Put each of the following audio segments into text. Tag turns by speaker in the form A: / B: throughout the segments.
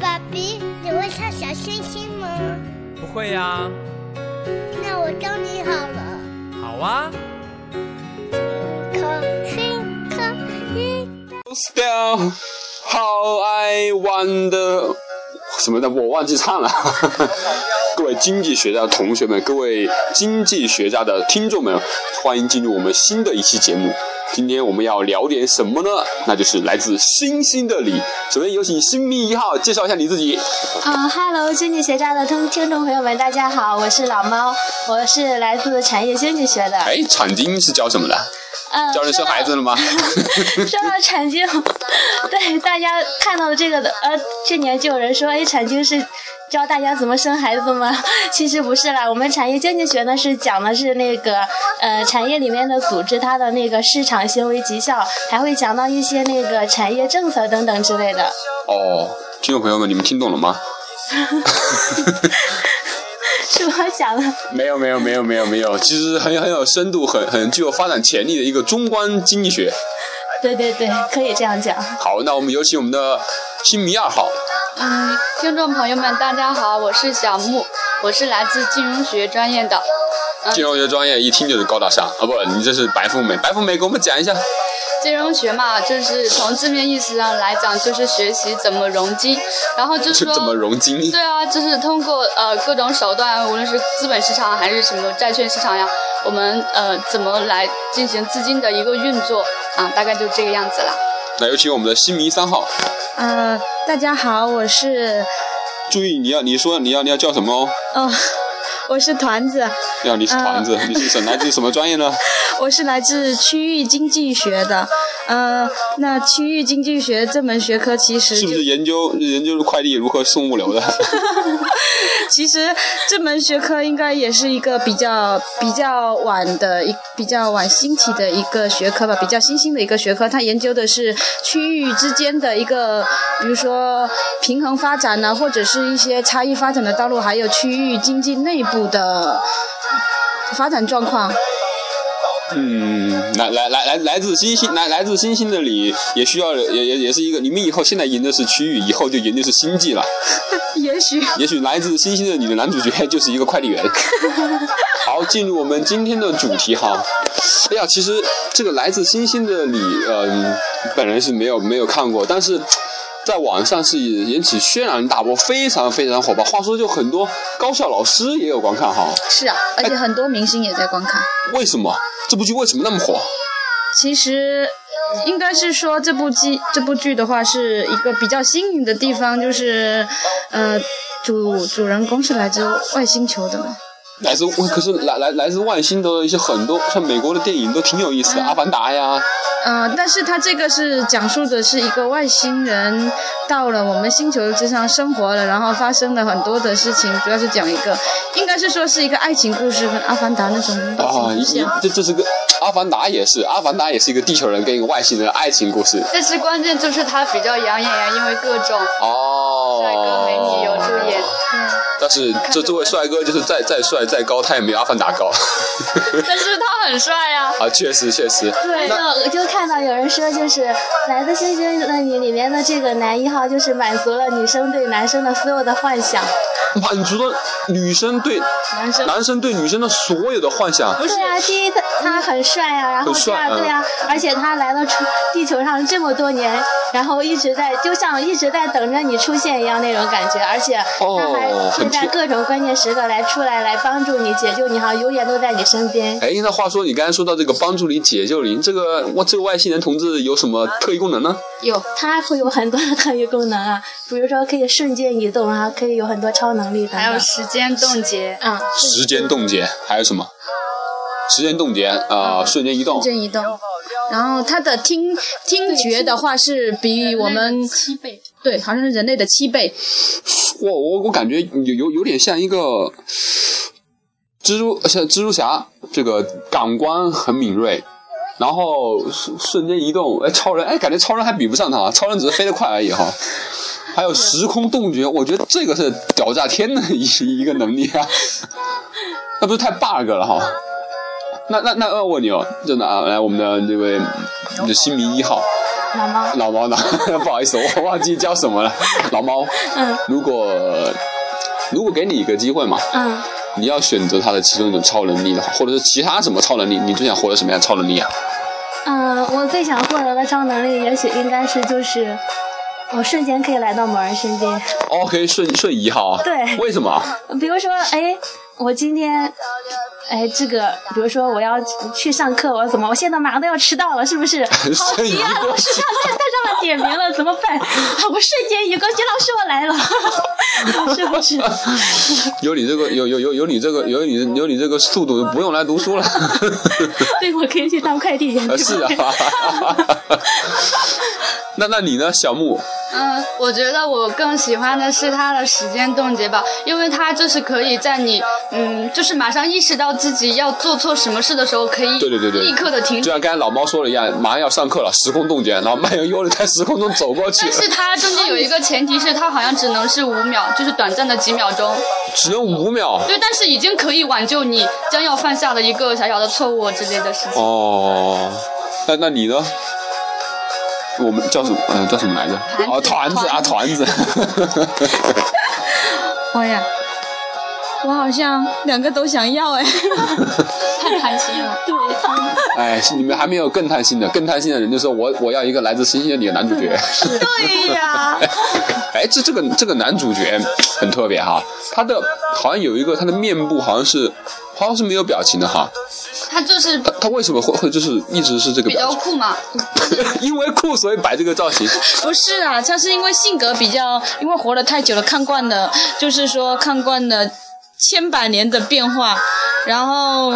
A: 爸比，你会唱小星星吗？
B: 不会啊呀、
A: 那我教你好了。
B: 好啊。
A: 可听可一，
C: Still, how I wonder 什么的，我忘记唱了。 各位经济学家的同学们，各位经济学家的听众们，欢迎进入我们新的一期节目。今天我们要聊点什么呢？那就是来自星星的你。首先有请新密一号介绍一下你自己。
D: 啊哈喽，经济学家的听听众朋友们，大家好，我是老猫，我是来自产业经济学的。
C: 哎，产经是教什么的？
D: 嗯，
C: 教人生孩子了吗？
D: 说到。 说到产经，对大家看到这个的，呃，这年就有人说，哎，产经是教大家怎么生孩子吗？ 其实不是啦，我们产业经济学呢是讲的是那个呃产业里面的组织它的那个市场行为绩效，还会讲到一些那个产业政策等等之类的。
C: 哦，听众朋友们，你们听懂了吗？
D: 是我讲的，
C: 没有没有没有没有没有，其实很很有深度，很很具有发展潜力的一个中观经济学。
D: 对对对，可以这样讲。
C: 好，那我们有请我们的新迷二号。
E: 嗯，听众朋友们，大家好，我是小木，我是来自金融学专业的。嗯
C: 金融学专业一听就是高大上啊！不，你这是白富美，白富美给我们讲一下。
E: 金融学嘛，就是从字面意思上来讲，就是学习怎么融金，然后就
C: 这
E: 说
C: 怎么融金？
E: 对啊，就是通过呃各种手段，无论是资本市场还是什么债券市场呀，我们呃怎么来进行资金的一个运作啊，大概就这个样子啦。
C: 那有请我们的新迷三号。
F: 嗯、大家好，我是
C: 注意，你要你说你要你要叫什么哦？
F: 哦，我是团子，
C: 要你是团子，你是什来自什么专业呢？
F: 我是来自区域经济学的。呃，那区域经济学这门学科其实
C: 是
F: 就
C: 不是研究研究快递如何送物流的？
F: 其实这门学科应该也是一个比较比较晚的一比较晚兴起的一个学科吧，比较新兴的一个学科。它研究的是区域之间的一个，比如说平衡发展呢、或者是一些差异发展的道路，还有区域经济内部的发展状况。
C: 嗯，来来来来，来自星星，来来自星星的你，也需要，也也也是一个，你们以后现在研的是区域，以后就研的是星际了。
F: 也许
C: 也许来自星星的你的男主角就是一个快递 员。好，进入我们今天的主题哈。哎呀，其实这个来自星星的你，嗯、本人是没有没有看过，但是。在网上是引起轩然大波，非常非常火爆。话说，就很多高校老师也有观看哈。
F: 是啊，而且很多明星也在观看。
C: 为什么这部剧为什么那么火？
F: 其实应该是说这部剧这部剧的话是一个比较新颖的地方，就是呃主主人公是来自外星球的嘛。
C: 来自可是来来来自外星的一些很多像美国的电影都挺有意
E: 嗯
C: 思的，《阿凡达》呀，
F: 呃，但是他这个是讲述的是一个外星人到了我们星球之上生活了，然后发生了很多的事情，主要是讲一个，应该是说是一个爱情故事，跟《阿凡达》那种爱情
C: 啊，
F: 故事
C: 一这这是个《阿凡达》也是，《阿凡达》也是一个地球人跟一个外星人的爱情故事。
E: 但是关键就是它比较养眼呀，因为各种
C: 哦，
E: 帅哥美女有出演。
C: 但是这这位帅哥就是再再帅再高，他也没有阿凡达高
E: 但是他很帅呀、
C: 啊，确实确实。
D: 对，就就看到有人说，就是《来自星星的你》里面的这个男一号，就是满足了女生对男生的所有的幻想。
C: 满足了女生对
F: 男生
C: 男生对女生的所有的幻想。
D: 对 啊，第一他他很帅啊，然后
C: 很
D: 第
C: 帅
D: 二
C: 嗯
D: 对啊，而且他来了出地球上这么多年，然后一直在就像一直在等着你出现一样那种感觉，而且他还
C: 哦
D: 会
C: 很
D: 在
C: 贴
D: 各种关键时刻来出来来帮助你、解救你，好像永远都在你身边。
C: 哎，那话说你刚才说到这个帮助你解救你，这个哇，这个外星人同志有什么特异功能呢？
D: 有，它会有很多的特异功能啊，比如说可以瞬间移动啊，可以有很多超能力等等。
E: 还有时间冻结，
D: 啊，
C: 时间冻结还有什么？时间冻结啊、呃瞬间移动。
F: 瞬间移动。然后它的听听觉的话是比我们
E: 七倍。
F: 对，好像是人类的七倍。
C: 我我我感觉有有有点像一个蜘蛛，像蜘蛛侠，这个感官很敏锐，然后瞬瞬间移动，哎，超人，哎，感觉超人还比不上他，超人只是飞得快而已哈。还有时空洞觉，我觉得这个是屌炸天的一一个能力啊，那不是太 bug 了哈。那那那，我问你哦，真的啊，来我们的这位新迷一号，
D: 老猫，
C: 老猫呢？ 不好意思， 我忘记叫什么了。老猫，
D: 嗯
C: 如果如果给你一个机会嘛，
D: 嗯，
C: 你要选择他的其中一种超能力的话，或者是其他什么超能力，你最想获得什么样的超能力啊？
D: 嗯，我最想获得的超能力，也许应该是就是，我瞬间可以来到某人身边。
C: 哦，可以瞬瞬移哈。
D: 对
C: 啊为什么？
D: 比如说，哎，我今天，哎，这个，比如说我要去上课，我要怎么？我现在马上都要迟到了，是不是？ 好
C: 瞬移
D: 急啊！
C: 过
D: 老师
C: 去
D: 他他他让我点名了，怎么办？啊我瞬间一个，徐老师我来了，是不是？
C: 有你这个，有有有有你这个，有你有你这个速度，不用来读 书了。
D: 对，我可以去当快递员。
C: 呃是 啊。那那你呢，小木？
E: 嗯，我觉得我更喜欢的是它的时间冻结吧，因为它就是可以在你嗯，就是马上意识到自己要做错什么事的时候，可以
C: 对对对对
E: 立刻的停
C: 就
E: 止。
C: 像刚才老猫说的一样，马上要上课了，时空冻结，然后慢悠悠的在时空中走过去
E: 但，是它中间有一个前提是，它好像只能是五秒，就是短暂的几秒钟。
C: 只能五秒。
E: 对，但是已经可以挽救你将要犯下的一个小小的错误之类的事情。
C: 哦，那那你呢？我们叫什么？呃，叫什么来着？哦，团
E: 团
C: 子
E: 子
C: 啊，团子。
F: 我呀，我好像两个都想要哎。
E: 太贪心了。
D: 对，
C: 哎，你们还没有更贪心的，更贪心的人就说我我要一个来自星星的你的男主 角。
E: 对呀、
C: 哎，这这个这个男主角很特别哈，他的好像有一个他的面部好像是好像是没有表情的哈，
E: 他就是
C: 他他为什么会会就是一直是这个
E: 比较
C: 表情？
E: 酷嘛，
C: 因为酷所以摆这个造型。
F: 不是啊，他是因为性格比较，因为活得太久了，看惯了，就是说看惯了千百年的变化，然后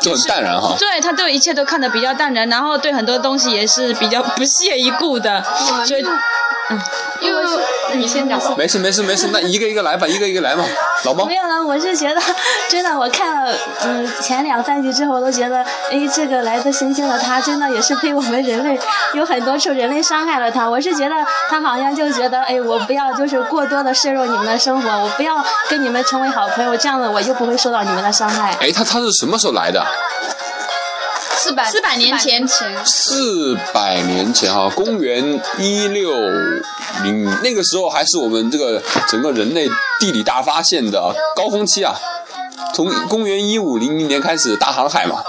C: 就很淡然哈。
F: 对他对一切都看得比较淡然，然后对很多东西也是比较不屑一顾的，所以
C: 哦
E: 因为你先讲。
C: 没事没事没事，那一个一个来吧，一个一个来嘛。老猫
D: 没，有了，我是觉得真的，我看了嗯前两三集之后，我都觉得，哎，这个来自神星的他，真的也是被我们人类有很多处人类伤害了他。我是觉得他好像就觉得，哎，我不要就是过多的摄入你们的生活，我不要跟你们成为好朋友，这样子我就不会受到你们的伤害。
C: 哎，他他是什么时候来的？
E: 四百
F: 四百年前
E: 前，
C: 四百年前哈，公元一六零，那个时候还是我们这个整个人类地理大发现的高峰期啊。从公元一五零零年开始大航海嘛，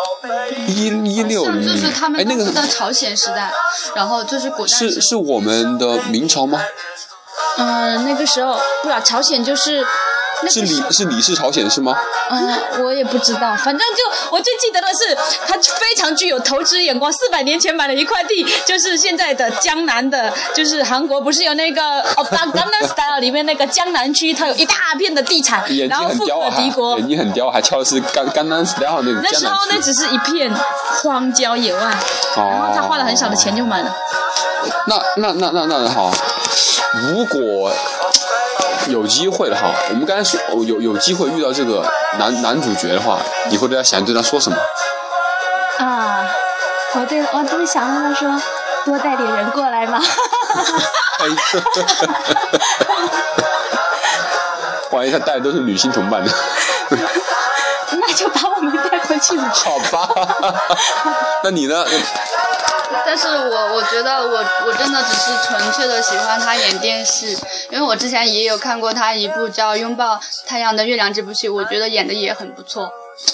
C: 一一六零
E: 就是他
C: 零，
E: 们
C: 哎，那
E: 当
C: 个
E: 时的朝鲜时代，然后就是古代
C: 是是我们的明朝吗？
F: 嗯、那个时候不了，朝鲜就是。那
C: 是
F: 个时
C: 李
F: 候，
C: 是李氏朝鲜是吗？
F: 嗯、我也不知道，反正就我最记得的是，他非常具有投资眼光。四百年前买了一块地，就是现在的江南的，就是韩国不是有那个《哦，巴 Gangnam Style》里面那个江南区，它有一大片的地产
C: 眼，睛
F: 然后
C: 很
F: 富
C: 刁
F: 可
C: 啊，
F: 敌国
C: 还。眼睛很 刁，还跳的是甘甘南 style 那个
F: 那
C: 江
F: 时
C: 南
F: 候
C: 区
F: 那只是一片荒郊野外，然
C: 哦
F: 后他花了很少的钱就买了。
C: 那哦那那那那好，如果有机会的话，我们刚才说哦有有机会遇到这个男男主角的话，你会对他想对他说什么？
D: 啊，我对我都想跟他说，多带点人过来嘛。
C: 哎万一他带的都是女性同伴呢？
D: 那就把我们带回去吧。
C: 好吧，那你呢？
E: 但是我我觉得我我真的只是纯粹的喜欢他演电视，因为我之前也有看过他一部叫《拥抱太阳的月亮》这部戏，我觉得演的也很不错。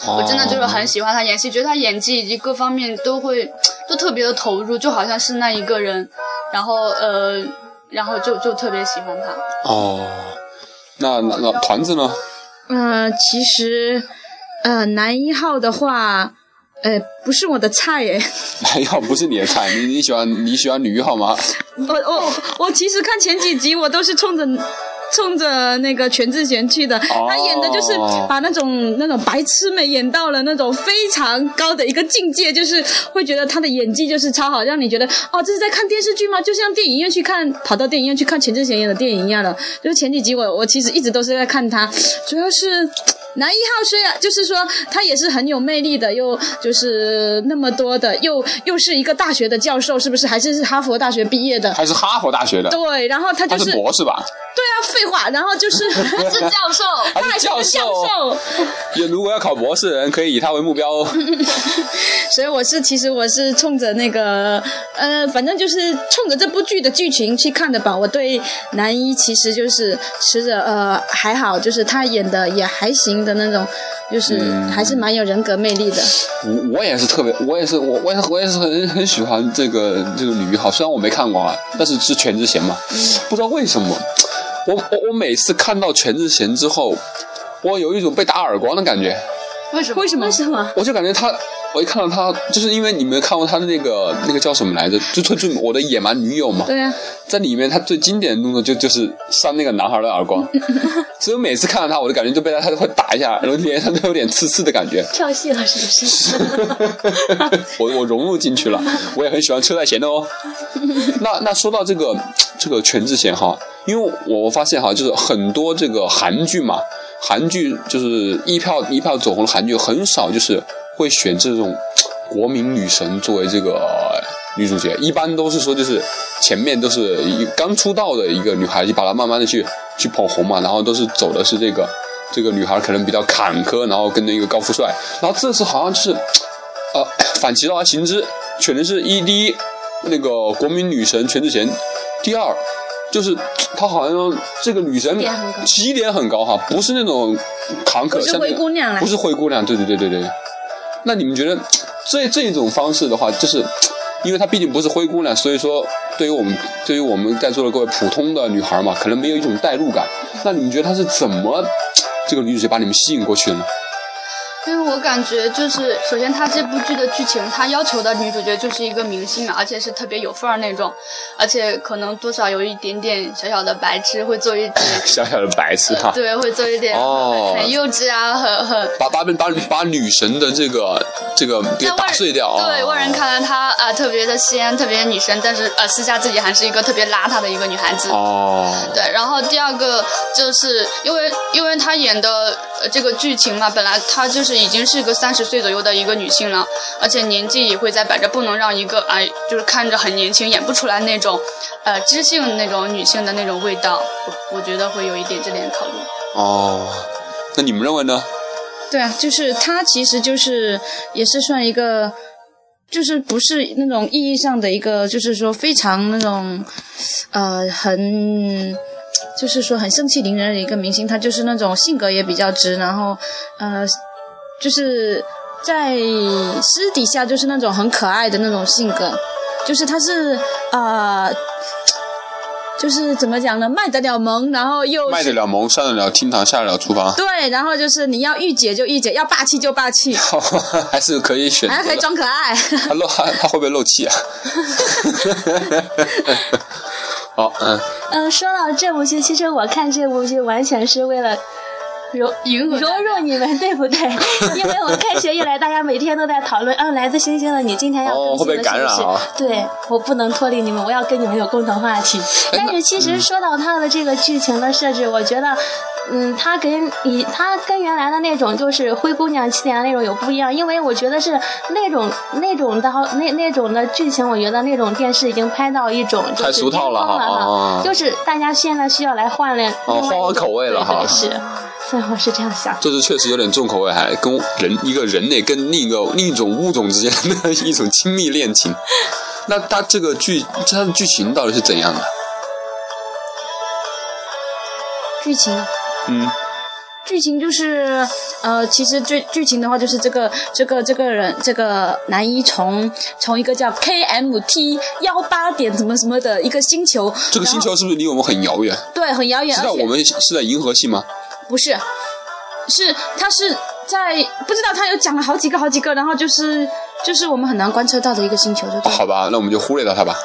E: 我真的就是很喜欢他演戏，觉得他演技以及各方面都会都特别的投入，就好像是那一个人。然后呃，然后就就特别喜欢他。
C: 哦。那那那团子呢？
F: 呃，其实，呃，男一号的话，呃，不是我的菜耶。
C: 蓝 药不是你的菜，你你喜欢你喜欢女一号吗？
F: 我我我其实看前几集，我都是冲着。冲着那个全智贤去的，他演的就是把那种那种白痴美演到了那种非常高的一个境界，就是会觉得他的演技就是超好，让你觉得哦，这是在看电视剧吗？就像电影院去看，跑到电影院去看全智贤演的电影一样的。就是前几集我我其实一直都是在看他，主要是男一号虽然就是说他也是很有魅力的，又就是那么多的，又又是一个大学的教授，是不是？还是是哈佛大学毕业的？
C: 还是哈佛大哎学的，
F: 对，然后他
C: 他
F: 就
C: 是
F: 是
C: 博士吧？
F: 对啊，废话，然后就是
E: 是教授，
C: 还
F: 大
C: 是
F: 学的
C: 授？
F: 授，
C: 也如果要考博士的人，可以以他为目标。
F: 所以我是其实我是冲着那个呃，反正就是冲着这部剧的剧情去看的吧。我对男一其实就是持着呃还好，就是他演的也还行的那种，就是还是蛮有人格魅力的。
C: 我我也是特别，我也是我我也是我也是很很喜欢这个这个女一号，虽然我没看过啊，但是是全智贤嘛，
F: 嗯
C: 不知道为什么，我我我每次看到全智贤之后，我有一种被打耳光的感觉，
E: 为什么？
F: 为什么？为什么？
C: 我就感觉她，我一看到她，就是因为你们看过她的那个那个叫什么来着，就就就我的野蛮女友嘛，
F: 对啊，
C: 在里面她最经典的动作就就是扇那个男孩的耳 光，所以我每次看到她，我就感觉就被她她会打一下，然后脸上都有点刺刺的感觉。
D: 跳戏了是不是？
C: 我我融入进去了，我也很喜欢车太贤的哦。那那说到这个这个全智贤哈，因为我发现哈，就是很多这个韩剧嘛，韩剧就是一票一票走红的韩剧，很少就是会选这种国民女神作为这个女主角，一般都是说就是前面都是一刚出道的一个女孩，就把她慢慢的去去捧红嘛，然后都是走的是这个。这个女孩可能比较坎坷，然后跟着一个高富帅，然后这次好像就是呃，反其道而行之，选的是一第一那个国民女神全智贤，第二就是她好像这个女神
D: 起点很高
C: 起点很高哈，不是那种坎坷，
F: 不是
C: 像那
F: 灰
C: 个
F: 姑娘啦
C: 不。是灰姑娘，对对对对对。那你们觉得这这种方式的话，就是因为她毕竟不是灰姑娘，所以说对于我们对于我们在座的各位普通的女孩嘛，可能没有一种代入感。那你们觉得她是怎么这个女主角把你们吸引过去的 呢？
E: 因为我感觉就是，首先它这部剧的剧情，它要求的女主角就是一个明星嘛，而且是特别有范儿那种，而且可能多少有一点点小小的白痴，会做一点，
C: 小小的白痴哈。
E: 对，会做一点
C: 哦
E: 很幼稚啊，很很
C: 把把把把女神的这个这个给
E: 在外
C: 打
E: 人
C: 碎掉啊！
E: 对，外人看来她啊、特别的仙，特别女神，但是呃私下自己还是一个特别邋遢的一个女孩子。
C: 哦，
E: 对，然后第二个就是因为因为她演的呃这个剧情嘛，本来她就是已经是个三十岁左右的一个女性了，而且年纪也会在摆着，不能让一个哎、就是看着很年轻，演不出来那种呃知性那种女性的那种味道，我我觉得会有一点这点考虑。
C: 哦，那你们认为呢？
F: 对啊，就是她其实就是也是算一个。就是不是那种意义上的一个，就是说非常那种，呃，很，就是说很盛气凌人的一个明星，她就是那种性格也比较直，然后，呃，就是在私底下就是那种很可爱的那种性格，就是她是呃，就是怎么讲呢，卖得了萌，然后又
C: 卖
F: 是
C: 得了萌，上得了厅堂，下得了厨房，
F: 对，然后就是你要御姐就御姐，要霸气就霸气，
C: 还是可以选择
F: 还
C: 的。
F: 可以 装可 爱。
C: 他漏他他会不会漏气啊？ 好，嗯，
D: 嗯，说到这部剧，其实我看这部剧完全是为了融
E: 迎合大家
D: 融入你们，对不 对？因为我开学以来，大家每天都在讨论，嗯，来自星星的你今天要
C: 哦会
D: 更新
C: 被
D: 的
C: 感
D: 是不
C: 染
D: 是？
C: 啊
D: 对我不能脱离你们，我要跟你们有共同话题。但
C: 哎那嗯
D: 是其实说到它的这个剧情的设置，我觉得。嗯，它跟以它跟原来的那种就是灰姑娘、七点那种有不一样，因为我觉得是那种那种的那那种的剧情，我觉得那种电视已经拍到一种就
C: 太
D: 是
C: 俗套
D: 巅
C: 了
D: 峰
C: 哈
D: 了
C: 啊
D: 就是大家现在需要来换了
C: 哦
D: 另外
C: 换
D: 一
C: 换
D: 种
C: 口味了
D: 对
C: 哈
D: 对是，所以我是这样想。
C: 这是确实有点重口味，还跟人一个人类跟另一个另一种物种之间的一种亲密恋情。 那他这个剧，他的剧情到底是怎样的？
F: 剧情，
C: 嗯，
F: 剧情就是，呃，其实剧剧情的话，就是这个这个这个人，这个男一从从一个叫 KMT 幺八点什么什么的一个星球，
C: 这个星
F: 然后
C: 球是不是离我们很遥远？
F: 对很遥远，
C: 是在
F: 而且
C: 我们是在银河系吗？
F: 不是，是他是在不知道他有讲了好几个好几个，然后就是就是我们很难观测到的一个星球，就
C: 啊
F: 对了
C: 好吧，那我们就忽略掉它吧。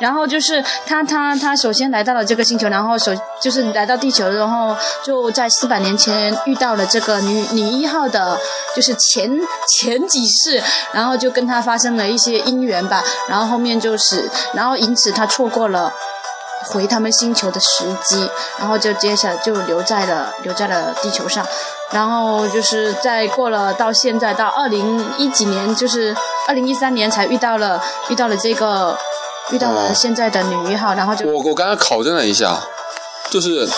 F: 然后就是他他他首先来到了这个星球，然后首就是来到地球，然后就在四百年前遇到了这个女女一号的，就是前前几世，然后就跟他发生了一些姻缘吧，然后后面就是，然后因此他错过了。回他们星球的时机，然后就接下来就留在了留在了地球上，然后就是在过了到现在到二零一几年，就是二零一三年才遇到了遇到了这个遇到了
C: 哦
F: 现在的女一号，然后就
C: 我我刚刚考证了一下，就是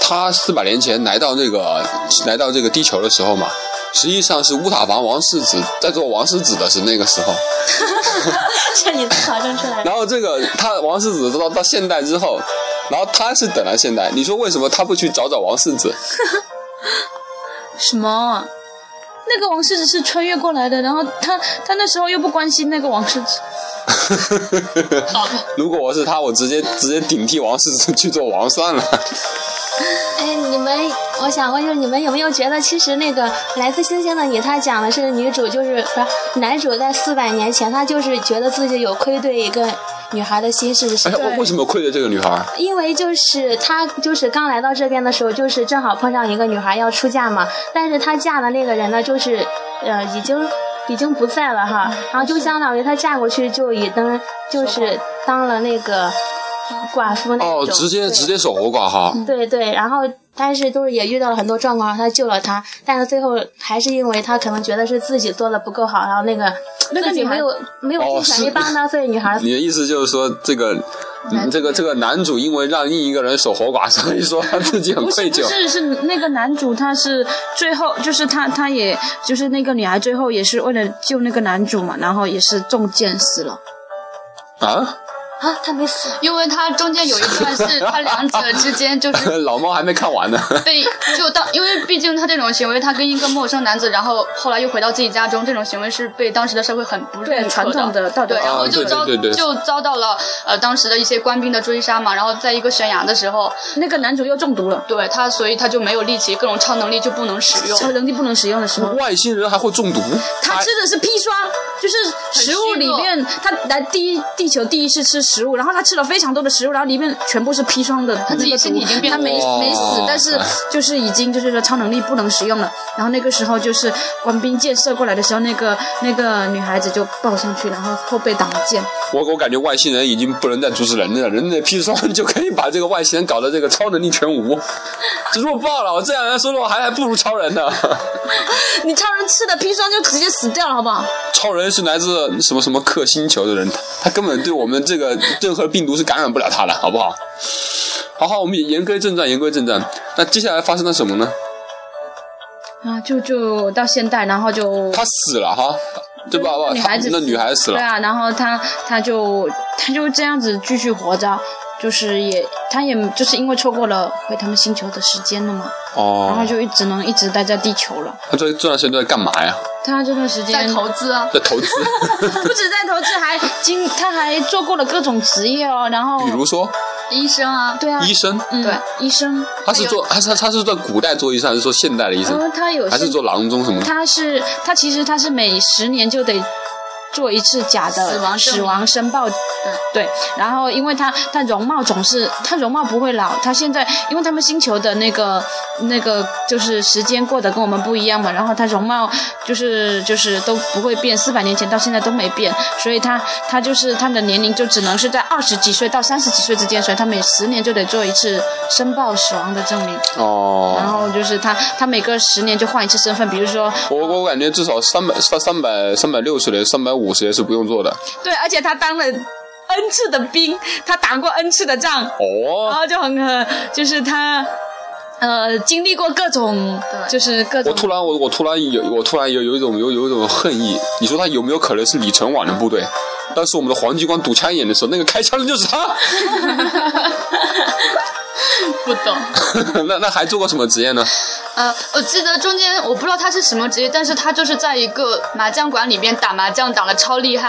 C: 他四百年前来到这个来到这个地球的时候嘛，实际上是乌塔房王世子在做王世子的是那个时候。
D: 这你考证出来的。
C: 然后这个他王世子到到现代之后，然后他是等来现代，你说为什么他不去找找王世子？
F: 什么？那个王世子是穿越过来的，然后他他那时候又不关心那个王世子，
C: 如果我是他，我直接直接顶替王世子去做王算了。
D: 哎，你们，我想问，就是你们有没有觉得，其实那个《来自星星的你》，他讲的是女主，就是不是男主在四百年前，他就是觉得自己有愧对一个女孩的心事，
C: 哎，为为什么愧对这个女孩？
D: 因为就是他就是刚来到这边的时候，就是正好碰上一个女孩要出嫁嘛，但是他嫁的那个人呢，就是呃已经已经不在了
F: 嗯
D: 哈，然后就相当于他嫁过去就已经就是当了那个寡妇那种，
C: 哦，直接
D: 对
C: 直接守活寡哈。
D: 对对，然后但是就是也遇到了很多状况，他救了他，但是最后还是因为他可能觉得是自己做的不够好，然后那个
F: 那个
D: 自己
F: 女孩
D: 没有没有
C: 哦
D: 尽全力
C: 是
D: 帮他，所以女孩
C: 你的意思就是说，这个，嗯这个，这个男主因为让另一个人守活寡，所以说他自己很
F: 不是
C: 愧
F: 不
C: 疚。
F: 是是那个男主，他是最后就是他他也就是那个女孩，最后也是为了救那个男主嘛，然后也是中箭死了。
C: 啊，
D: 啊他没死，
E: 因为他中间有一段是他两者之间就是
C: 老猫还没看完呢。
E: 被就当，因为毕竟他这种行为，他跟一个陌生男子，然后后来又回到自己家中，这种行为是被当时的社会很不认
F: 对
E: 可
F: 传统的道德
E: 对，
F: 观
E: 然后
C: 啊
E: 就
C: 对
E: 遭
C: 对对对
E: 就遭到了呃当时的一些官兵的追杀嘛，然后在一个悬崖的时候，
F: 那个男主又中毒了，
E: 对他，所以他就没有力气，各种超能力就不能使用。
F: 超能力不能使用的时候，
C: 外星人还会中毒？
F: 嗯他吃的是砒霜，就是食物里面他来第一地球第一次吃食物，然后他吃了非常多的食物，然后里面全部是砒霜的那个毒，他
E: 自己身体已经变
F: 他没
C: 哇
F: 没死，但是就是已经就是说超能力不能使用了。然后那个时候就是官兵箭射过来的时候，那个那个女孩子就抱上去，然后后背挡了箭。
C: 我我感觉外星人已经不能再阻止人类了，人类砒霜就可以把这个外星人搞得这个超能力全无。弱爆了，我这样来说的话，还还不如超人呢。
F: 你超人吃的砒霜就直接死掉了，好不好？
C: 超人是来自什么什么克星球的人，他根本对我们这个任何病毒是感染不了他的，好不好？好好，我们言归正传，言归正传。那接下来发生了什么呢？
F: 啊，就就到现代，然后就
C: 他死了哈，对吧？
F: 那女孩子
C: 那女孩死
F: 对
C: 了，
F: 啊，然后他他就他就这样子继续活着，就是也他也就是因为错过了回他们星球的时间了嘛，然后
C: 哦，
F: 就一直能一直待在地球了。
C: 他这这段时间都在干嘛呀？
F: 他这段时
E: 在
F: 间
E: 投资啊，
C: 在投 资，
F: 不止在投资，还经他还做过了各种职业哦，然后
C: 比如说
E: 医生啊，
F: 对啊，
C: 医生，
F: 嗯
E: 对
F: 医生，
C: 他是做他是他是在古代做医生，还是做现代的医
F: 然后
C: 生，
F: 他有
C: 还是
F: 些
C: 做郎中什么的？
F: 他是他其实他是每十年就得做一次假的
E: 死亡证明嗯
F: 死亡申报，对，然后因为他他容貌总是他容貌不会老，他现在因为他们星球的那个那个就是时间过得跟我们不一样嘛，然后他容貌就是就是都不会变，四百年前到现在都没变，所以他他就是他的年龄就只能是在二十几岁到三十几岁之间，所以他每十年就得做一次申报死亡的证明，然
C: 哦，
F: 后就是他他每个十年就换一次身份，比如说
C: 我我感觉至少三百三三百三百六十年、三百五十年是不用做的。
F: 对，而且他当了 N 次的兵，他打过 N 次的仗，然
E: 嗯
C: 哦，
F: 后就很呃，就是他呃经历过各种，就是各
C: 我
F: 种。
C: 突然我我突然有我突然有有一种有有一种恨意。你说他有没有可能是李承晚的部队？当时我们的黄继光堵枪眼的时候，那个开枪的就是他。
E: 不懂。
C: 那那还做过什么职业呢？
E: 呃，我记得中间我不知道他是什么职业，但是他就是在一个麻将馆里边打麻将，打的超厉害。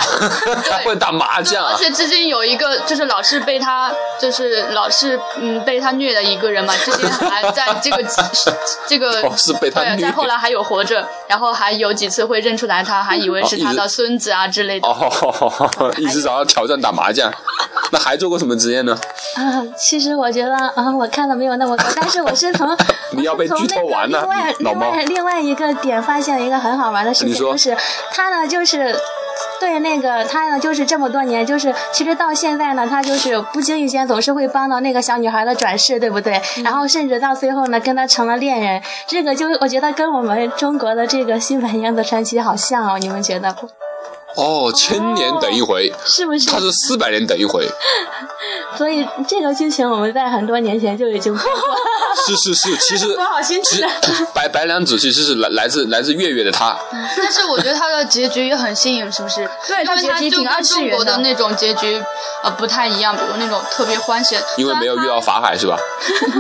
C: 还会打麻
E: 对，
C: 将啊
E: 而。且至今有一个就是老是被他就是老是嗯被他虐的一个人 嘛，至今还在这个这个
C: 哦是被他
E: 对，
C: 虐
E: 在后来还有活着，然后还有几次会认出来他，还以为是他
C: 哦一
E: 的
C: 直
E: 孙子啊之类的。
C: 哦，一直找他挑战打麻将。那还做过什么职业呢？
D: 啊，其实我觉得啊，我看的没有那么多，但是我是从
C: 你要被剧透完了
D: 我是从那个
C: 老
D: 另外
C: 猫
D: 另外另外一个点发现了一个很好玩的事
C: 你
D: 情，
C: 说
D: 就是他呢就是。对那个他呢，就是这么多年，就是其实到现在呢，他就是不经意间总是会帮到那个小女孩的转世，对不对？
G: 嗯
D: 然后甚至到最后呢，跟他成了恋人，这个就我觉得跟我们中国的这个《新白娘子传奇》好像哦，你们觉得
C: 哦，千年等一回，
D: 是不是？
C: 它是四百年等一回，
D: 所以这个剧情我们在很多年前就 已经看过。
C: 是是是，其实
G: 我好心
C: 其
G: 疼啊
C: 实白白娘子其实是来来自来自月月的她，
E: 但是我觉得它的结局也很新颖，是不是？
G: 对它
E: 因为它
G: 结局
E: 就
G: 挺二
E: 跟
G: 次
E: 中
G: 元的
E: 国的那种结局呃不太一样，比如那种特别欢喜，
C: 因为没有遇到法海是吧？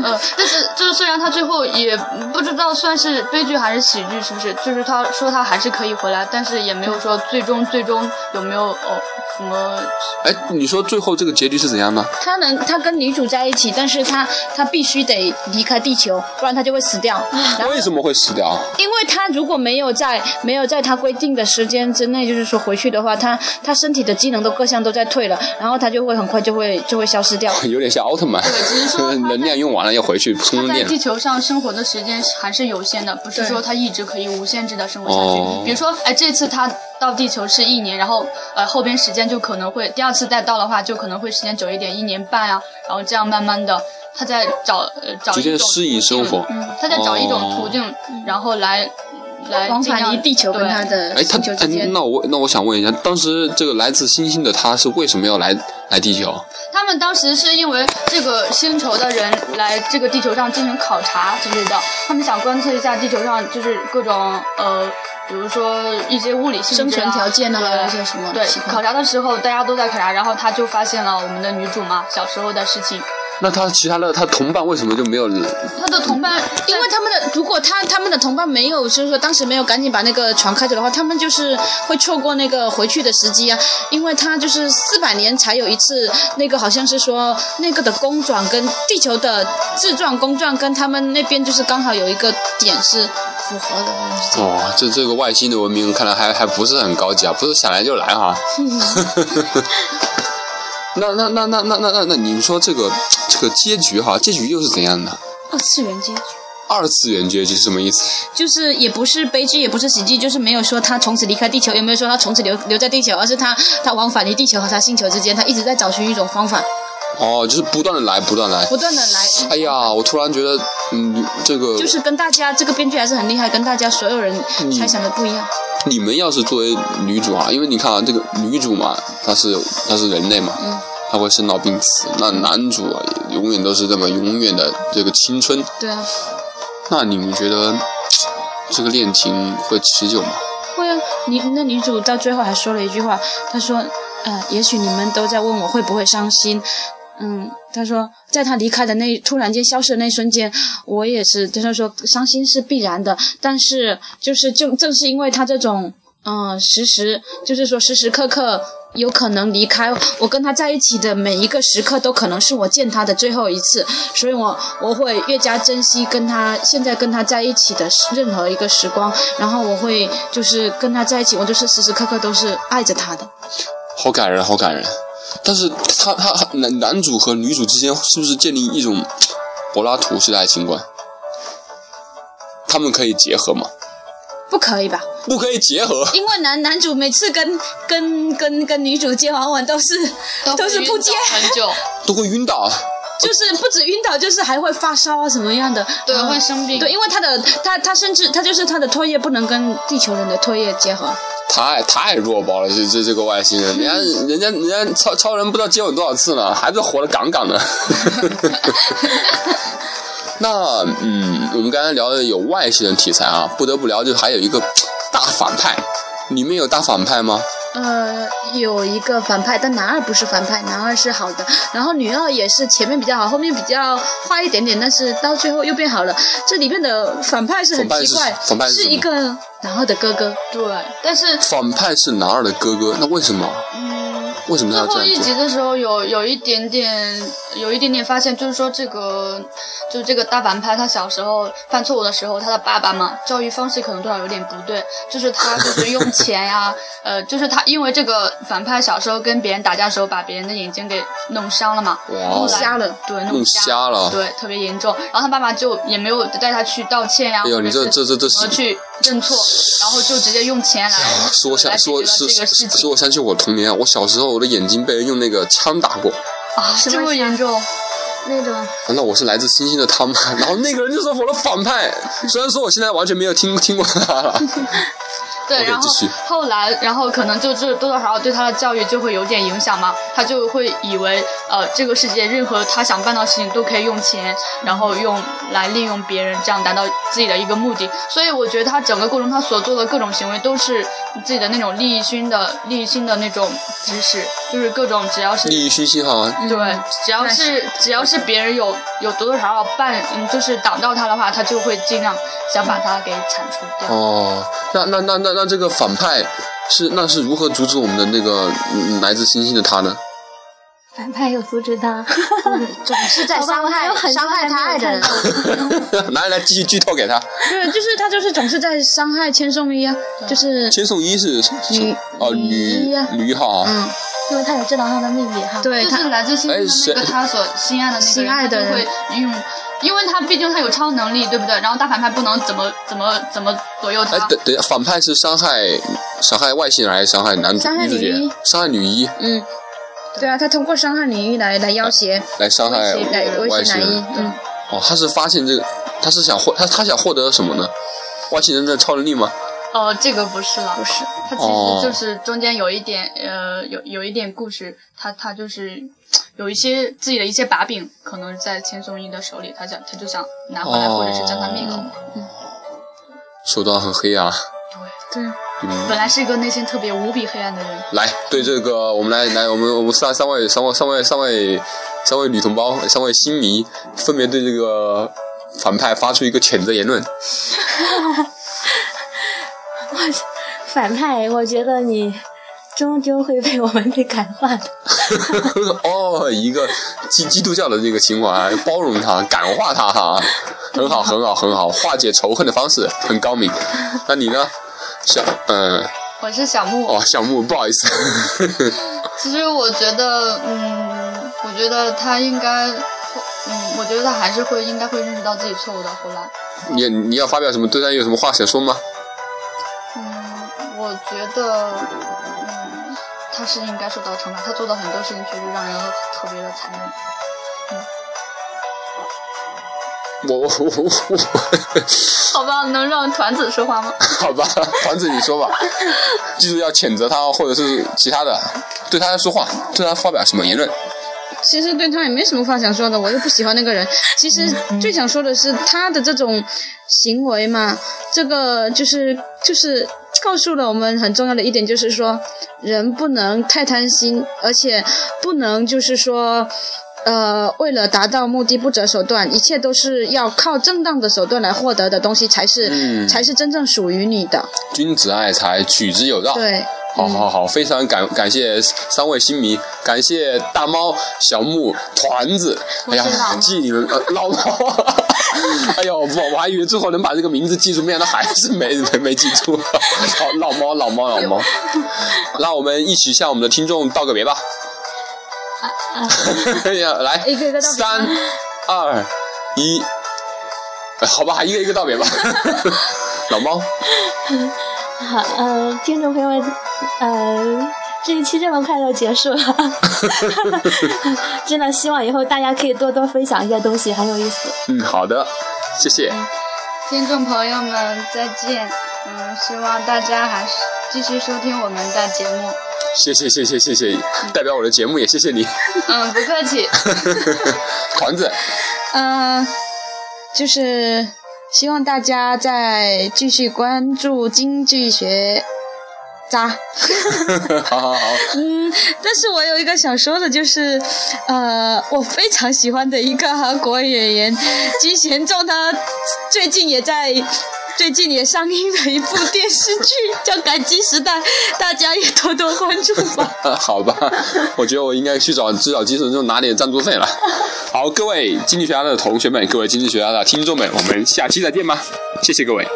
E: 呃，但是就是虽然他最后也不知道算是悲剧还是喜剧，是不是？就是他说他还是可以回来，但是也没有说最终最终有没有哦什么。
C: 哎，你说最后这个结局是怎样呢？
F: 他能，他跟女主在一起，但是他他必须得离开地球，不然他就会死掉。
E: 啊
F: 然后，
C: 为什么会死掉？
F: 因为他如果没有在没有在他规定的时间之内，就是说回去的话，他他身体的机能都各项都在退了，然后他就会很快就会就会消失掉。
C: 有点像奥特曼
E: 只是，说他在
C: 能量用完了要回去充
E: 他
C: 充
E: 在
C: 电
E: 地。球上生活的时间还是有限的，不是说他一直可以无限制的生活下
C: 哦
E: 去。比如说，哎，这次他到地球是一年，然后呃后边时间就可能会第二次再到的话，就可能会时间久一点，一年半啊，然后这样慢慢的他在找呃找
C: 逐
E: 一
C: 渐
E: 种
C: 适应生活
E: 嗯，他在找一种途径，然后来来
F: 哦往
E: 哎尽
F: 返
E: 量
F: 于地球跟
E: 对嗯
F: 他的
C: 哎，他
F: 星球之
C: 哎
F: 间，。
C: 那我那我想问一下，当时这个来自星星的他是为什么要来来地球？
E: 他们当时是因为这个星球的人来这个地球上进行考察之类的，他们想观测一下地球上就是各种呃，比如说一些物理性质、啊、
F: 生存条件啊
E: 对
F: 一些什么
E: 对
F: 情，况
E: 考察的时候大家都在考察，然后他就发现了我们的女主嘛小时候的事情，
C: 那他其他的他同伴为什么就没有？
E: 他的同伴
F: 因为他们的，如果他他们的同伴没有，就是说当时没有赶紧把那个船开走的话，他们就是会错过那个回去的时机啊。因为他就是四百年才有一次，那个好像是说那个的公转跟地球的自转公转跟他们那边就是刚好有一个点是符合的。
C: 哦，这这个外星的文明看来还还不是很高级啊，不是想来就来 哈、那那那那那那那那，你们说这个这个结局哈、结局又是怎样的？
F: 二次元结局。
C: 二次元结局是什么意思？
F: 就是也不是悲剧，也不是喜剧，就是没有说他从此离开地球，也没有说他从此留留在地球，而是他他往返于地球和他星球之间，他一直在找寻一种方法，
C: 哦，就是不断的来，不断的来。
F: 不断的来。
C: 哎呀，我突然觉得，嗯，这个
F: 就是跟大家这个编剧还是很厉害，跟大家所有人
C: 嗯
F: 猜想的不一样。
C: 你们要是作为女主啊，因为你看啊，这个女主嘛，她是她是人类嘛，
F: 嗯
C: 她会生老病死。那男主啊，也永远都是这么永远的这个青春。
F: 对啊，
C: 那你们觉得这个恋情会持久吗？
F: 会啊，你那女主到最后还说了一句话，她说，呃，也许你们都在问我会不会伤心，嗯，她说，在她离开的那突然间消失的那一瞬间，我也是，就是说伤心是必然的，但是就是就正是因为她这种，嗯、时时就是说时时刻刻。有可能离开我跟她在一起的呃每一个时刻，都可能是我见她的最后一次，所以我我会越加珍惜跟她现在跟她在一起的任何一个时光，然后我会就是跟他在一起，我就是时时刻刻都是爱着他的。
C: 好感人，好感人。但是他他他男男主和女主之间是不是建立一种柏拉图式的爱情观？他们可以结合吗？
F: 不可以吧？
C: 不可以结合。
F: 因为男男主每次跟跟跟跟女主接完吻都是都是不接，
E: 很久，
C: 都会晕倒。啊
F: 就是不止晕倒，就是还会发烧啊什么样的。
E: 对
F: 然后
E: 会生病
F: 对，因为他的他他甚至他就是他的唾液不能跟地球人的唾液结合。
C: 太太弱爆了，这这这个外星人，人 家人家人家超超人不知道接吻多少次呢，还不是活得杠杠的。 那嗯，我们刚才聊的有外星人题材啊，不得不聊就还有一个大反派，里面有大反派吗？
F: 呃，有一个反派，但男二不是反派，男二是好的。然后女二也是前面比较好，后面比较坏一点点，但是到最后又变好了。这里面的反派是很
C: 反派
F: 奇
C: 是
F: 怪，
C: 反派是什么
F: 一个男二的哥哥。
E: 对，但是
C: 反派是男二的哥哥，那为什么？为什么他
E: 最
C: 要这
E: 嗯后一
C: 样做
E: 集？的时候有有一点点有一点点发现，就是说这个就是这个大反派他小时候犯错误的时候，他的爸爸嘛教育方式可能多少有点不对，就是他就是用钱呀、 呃，就是他因为这个反派小时候跟别人打架的时候把别人的眼睛给弄伤了嘛，
C: 哇，哦
F: 瞎了，
E: 对，
C: 弄瞎了。
E: 对，特别严重。然后他爸爸就也没有带他去道歉呀、
C: 哎呦，
E: 或者
C: 你这
E: 是
C: 这这这
E: 怎
C: 是
E: 么去认错，然后就直接用钱来
C: 使我想
E: 来解
C: 说，
E: 决
C: 使
E: 了这个事
C: 使
E: 情
C: 我想起我童年，我小时候我的眼睛被人用那个枪打过，
E: 啊，这么严重。
D: 那种
C: 难道我是来自星星的他吗？然后那个人就说我的反派，虽然说我现在完全没有听听过他 了，
E: 对，
C: OK，
E: 然后
C: 继续
E: 后来，然后可能就是多多少少对他的教育就会有点影响嘛，他就会以为呃这个世界任何他想办到的事情都可以用钱，嗯然后用来利用别人，这样达到自己的一个目的。所以我觉得他整个过程他所做的各种行为都是自己的那种利益熏的利益熏的那种指使，就是各种只要是
C: 利益熏心好
H: 嗯
C: 吗？
E: 对，只要是只要是别人有有多多少少办，嗯，就是挡到他的话，他就会尽量想把他给铲除掉。
C: 哦，那那那那那这个反派是那是如何阻止我们的那个嗯来自星星的他呢？
D: 反派有阻止他，嗯
H: 总是在
D: 好吧
H: 伤
D: 我还有
H: 害
D: 很多
H: 伤害
D: 还没
H: 他
D: 有
H: 爱的
D: 看
H: 人
D: 到。
C: 来来，继续剧透给他。
F: 对，就是他就是总是在伤害千颂伊啊，就是
C: 千颂伊是是是
F: 女
C: 哦女
F: 女一啊
C: 女一号啊，
D: 因为他有知道他的秘密哈。
F: 对
E: 就
F: 他
E: 是来自星星的
C: 哎
E: 那
C: 谁
E: 个他所心爱的那个人，
F: 心爱的人
E: 他就会用，因为他毕竟他有超能力，对不对？然后大反派不能怎么怎么怎么左右
C: 哎
E: 他。
C: 等等一下，反派是伤害伤害外星人还是伤害男主
F: 伤害
C: 女主
F: 女一
C: 角？伤害女一
F: 嗯，对啊，他通过伤害女一来来要挟
C: 来伤害
E: 威胁
F: 来威
C: 外
F: 胁
C: 星
F: 男一
C: 人。，
F: 嗯，
C: 哦，他是发现这个，他是想获他他想获得什么呢？外星人的超能力吗？
E: 呃，这个不是了，不是，他其
C: 哦
E: 实就是中间有一点呃，有有一点故事，他他就是有一些自己的一些把柄，可能在千颂伊的手里，他想他就想拿回来，
C: 哦
E: 或者是将他灭口。
C: 手段很黑啊。
F: 对
C: 嗯，
E: 本来是一个内心特别无比黑暗的人，
C: 来，对这个，我们来来，我们我们三三位三位三位三位三位女同胞，三位星迷，分别对这个反派发出一个谴责言论。
D: 反派，我觉得你终究会被我们给感化的。
C: 哦，一个基基督教的这个情怀，包容他，感化他哈，很好，很好，很好，化解仇恨的方式很高明。那你呢？小嗯，
E: 我是小木偶。
C: 哦，小木，不好意思，
E: 其实我觉得，嗯，我觉得他应该，嗯，我觉得他还是会应该会认识到自己错误的。后来，
C: 你你要发表什么？对他有什么话想说吗？
E: 嗯，我觉得，嗯，他是应该受到惩罚。他做的很多事情确实让人特别的残忍。
C: 我我我我我，
E: 好吧，能让团子说话吗？
C: 好吧，团子你说吧，记住要谴责他，哦或者是其他的，对他说话，对他发表什么言论？
F: 其实对他也没什么话想说的，我又不喜欢那个人。其实最想说的是他的这种行为嘛，这个就是就是告诉了我们很重要的一点，就是说人不能太贪心，而且不能就是说。呃，为了达到目的不择手段，一切都是要靠正当的手段来获得的东西，才是、
C: 嗯
F: 才是真正属于你的。
C: 君子爱财，取之有道。
F: 对，
C: 好好好，非常感感谢三位新迷，感谢大猫、小木、团子，哎呀，记你们、呃、老 猫，哎呦，我我还以为最后能把这个名字记住，没想到还是没没没记住，老老猫老猫老 猫，那我们一起向我们的听众道个别吧，哎 呀，来，
F: 啊一个一个道别
C: 三二一，呃好吧，一个一个道 别吧，老猫，
D: 好，呃，听众朋友们，呃，这一期这么快就结束了， 真的希望以后大家可以多多分享一些东西，很有意思。
C: 嗯，好的，谢谢。
E: 听众朋友们，再见。嗯，希望大家还是继续收听我们的节目。
C: 谢谢谢谢谢谢，代表我的节目也谢谢你，
E: 嗯，不客气。
C: 团子，
F: 呃，就是希望大家再继续关注京剧学渣。
C: 好好好，
F: 嗯，但是我有一个想说的，就是，呃，我非常喜欢的一个韩国演员金贤重，他最近也在。最近也上映了一部电视剧，叫《感激时代》，大家也多多关注吧。
C: 好吧，我觉得我应该去找至少基层就拿点赞助费了。好，各位经济学家的同学们，各位经济学家的听众们，我们下期再见吧，谢谢各位。